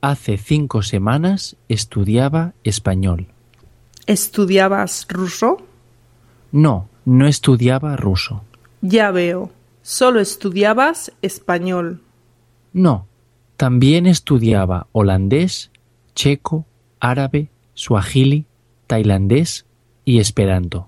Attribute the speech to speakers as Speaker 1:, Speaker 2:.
Speaker 1: Hace cinco semanas estudiaba español.
Speaker 2: ¿Estudiabas ruso?
Speaker 1: No, no estudiaba ruso.
Speaker 2: Ya veo. Solo estudiabas español.
Speaker 1: No, también estudiaba holandés, checo, árabe, suajili, tailandés y esperanto.